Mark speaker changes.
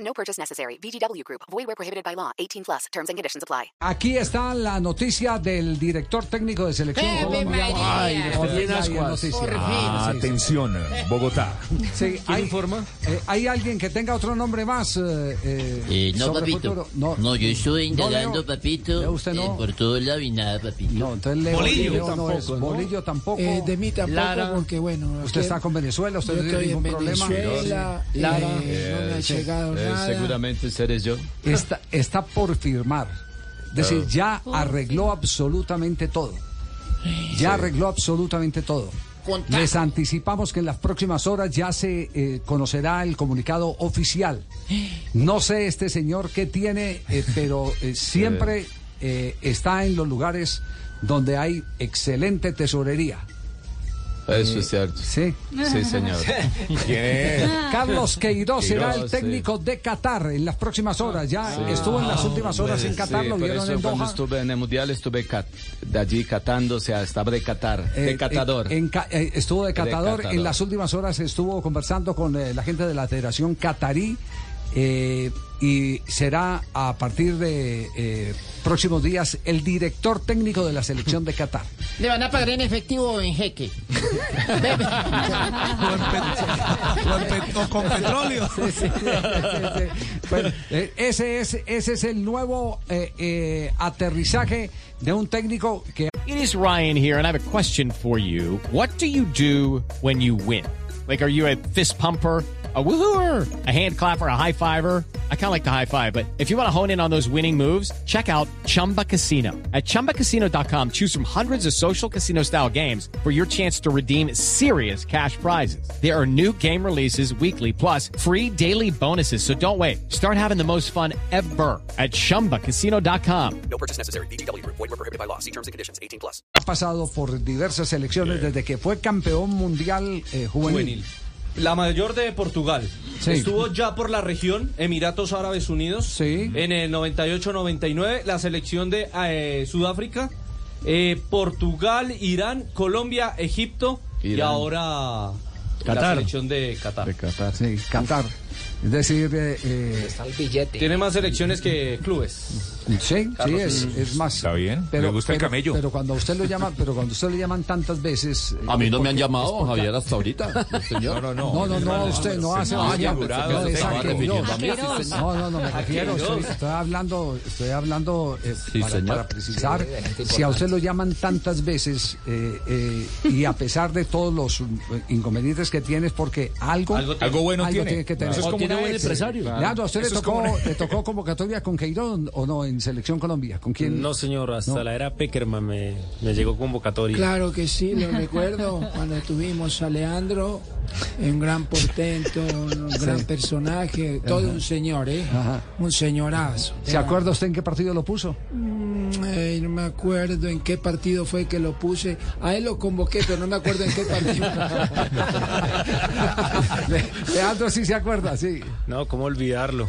Speaker 1: No purchase necessary. VGW Group. Void where prohibited by law. 18 plus. Terms and conditions apply.
Speaker 2: Aquí está la noticia del director técnico de selección
Speaker 3: ¡Ave
Speaker 2: Colombia.
Speaker 3: María! Ay, de
Speaker 2: Por fin
Speaker 4: Felipe
Speaker 2: hay
Speaker 4: Ascuas.
Speaker 2: noticia.
Speaker 3: Por fin.
Speaker 2: Ah, sí, sí.
Speaker 4: Atención, Bogotá.
Speaker 2: Sí, hay,
Speaker 4: informa?
Speaker 2: eh, ¿Hay alguien que tenga otro nombre más? eh, eh,
Speaker 3: Eh, no,
Speaker 2: sobre
Speaker 3: papito.
Speaker 2: futuro?
Speaker 3: No, yo estuve
Speaker 2: No, Leo.
Speaker 3: indagando, papito,
Speaker 2: Leo, usted
Speaker 3: eh,
Speaker 2: no.
Speaker 3: por todo lado y nada, papito.
Speaker 2: No, entonces Leo,
Speaker 4: Bolillo
Speaker 2: Leo no
Speaker 4: tampoco,
Speaker 2: es.
Speaker 4: ¿no?
Speaker 2: Bolillo tampoco.
Speaker 5: Eh, de mí tampoco,
Speaker 4: Lara.
Speaker 5: porque bueno.
Speaker 2: Usted
Speaker 5: que-
Speaker 2: está con Venezuela, usted
Speaker 5: yo
Speaker 2: no tiene
Speaker 5: estoy en
Speaker 2: ningún problema.
Speaker 5: Venezuela,
Speaker 2: Sí.
Speaker 5: eh,
Speaker 2: Lara.
Speaker 5: no me ha
Speaker 2: sí.
Speaker 5: llegado
Speaker 4: Eh,
Speaker 5: nada.
Speaker 4: seguramente seres yo.
Speaker 2: Está, está por firmar. Es decir, ya arregló absolutamente todo. Ya arregló absolutamente todo.
Speaker 3: Contá.
Speaker 2: Les anticipamos que en las próximas horas ya se eh, conocerá el comunicado oficial. No sé este señor qué tiene, eh, pero eh, siempre eh, está en los lugares donde hay excelente tesorería.
Speaker 4: Eso es cierto.
Speaker 2: Sí.
Speaker 4: Sí, señor.
Speaker 2: Carlos Queiroz será el
Speaker 4: Ah. Queiroz,
Speaker 2: técnico de Qatar en las próximas horas. Ya estuvo en las últimas horas en Qatar,
Speaker 4: Ah, Sí,
Speaker 2: lo
Speaker 4: por
Speaker 2: vieron
Speaker 4: eso
Speaker 2: en
Speaker 4: cuando
Speaker 2: Doha.
Speaker 4: estuve en el mundial estuve cat- de allí catando, o sea, estaba de catar,
Speaker 2: Eh,
Speaker 4: de catador.
Speaker 2: en- en ca- eh, estuvo de catador.
Speaker 4: catador.
Speaker 2: En las últimas horas estuvo conversando con eh, la gente de la Federación Catarí. eh, y será a partir de eh, próximos días el director técnico de la selección de Qatar.
Speaker 3: ¿Le van a pagar en efectivo o en jeque?
Speaker 6: con petróleo.
Speaker 2: Sí, sí, sí. Bueno, eh, ese, es, ese es el nuevo eh, eh, aterrizaje de un técnico que
Speaker 7: It is Ryan here, and I have a question for you. What do you do when you win? Like, are you a fist pumper? A woohooer, a hand clapper, a high fiver. I kind of like the high five, but if you want to hone in on those winning moves, check out Chumba Casino. At chumbacasino.com, choose from hundreds of social casino style games for your chance to redeem serious cash prizes. There are new game releases weekly, plus free daily bonuses. So don't wait. Start having the most fun ever at chumbacasino.com.
Speaker 8: No purchase necessary. VGW Group. Void were prohibited by law. See terms and conditions. 18 plus.
Speaker 2: ha pasado por diversas selecciones desde que fue campeón mundial eh, juvenil.
Speaker 6: Juvenil. La mayor de Portugal.
Speaker 2: Sí.
Speaker 6: Estuvo ya por la región, Emiratos Árabes Unidos.
Speaker 2: Sí.
Speaker 6: En el 98-99, la selección de eh, Sudáfrica, eh, Portugal, Irán, Colombia, Egipto y
Speaker 4: Irán.
Speaker 6: ahora la
Speaker 4: Qatar.
Speaker 6: selección de Qatar.
Speaker 4: De catar.
Speaker 2: Sí, Qatar. Es decir, eh, eh,
Speaker 6: Tiene más selecciones que clubes.
Speaker 2: sí, sí, es, es más.
Speaker 4: Está bien,
Speaker 2: Pero,
Speaker 4: me gusta el
Speaker 2: pero-
Speaker 4: camello.
Speaker 2: Pero cuando a usted lo llama, pero cuando a usted lo llaman tantas veces. eh,
Speaker 4: A mí no me han
Speaker 2: porque-
Speaker 4: llamado,
Speaker 2: es porque-
Speaker 4: Javier, hasta ahorita. señor. No,
Speaker 2: No, no, no, usted no hace
Speaker 4: no,
Speaker 2: no,
Speaker 4: jurado,
Speaker 2: no,
Speaker 4: se
Speaker 2: es
Speaker 4: va a
Speaker 2: a
Speaker 4: referir
Speaker 2: Queiroz.
Speaker 4: a mí, sí, señor.
Speaker 2: No, no, no, me refiero, estoy,
Speaker 6: Queiroz.
Speaker 2: estoy hablando, estoy hablando eh,
Speaker 4: Sí,
Speaker 2: para,
Speaker 4: señor.
Speaker 2: para precisar, si a usted lo llaman tantas veces eh, eh, y a pesar de todos los eh, inconvenientes que tiene es porque algo,
Speaker 6: Algo tiene. Algo
Speaker 2: bueno tiene. que tener.
Speaker 4: Eso es como
Speaker 2: Tiene
Speaker 4: una
Speaker 2: un
Speaker 4: ex.
Speaker 2: empresario.
Speaker 4: Claro.
Speaker 2: Leandro, ¿a usted le
Speaker 4: Eso es
Speaker 2: tocó,
Speaker 4: como una-
Speaker 2: le tocó convocatoria con Queiroz o no en Selección Colombia? ¿Con quién?
Speaker 9: No, señor, hasta
Speaker 2: No.
Speaker 9: la era Peckerman me, me llegó convocatoria.
Speaker 5: Claro que sí, lo recuerdo cuando tuvimos a Leandro, un gran portento, un gran personaje, todo un señor, ¿eh?
Speaker 2: Ajá.
Speaker 5: Un señorazo.
Speaker 2: ¿Se acuerda usted en qué partido lo puso?
Speaker 5: Ay, no me acuerdo en qué partido fue que lo puse. A él lo convoqué, pero no me acuerdo en qué partido.
Speaker 2: Le- Leandro sí se acuerda, sí.
Speaker 9: No, ¿cómo olvidarlo?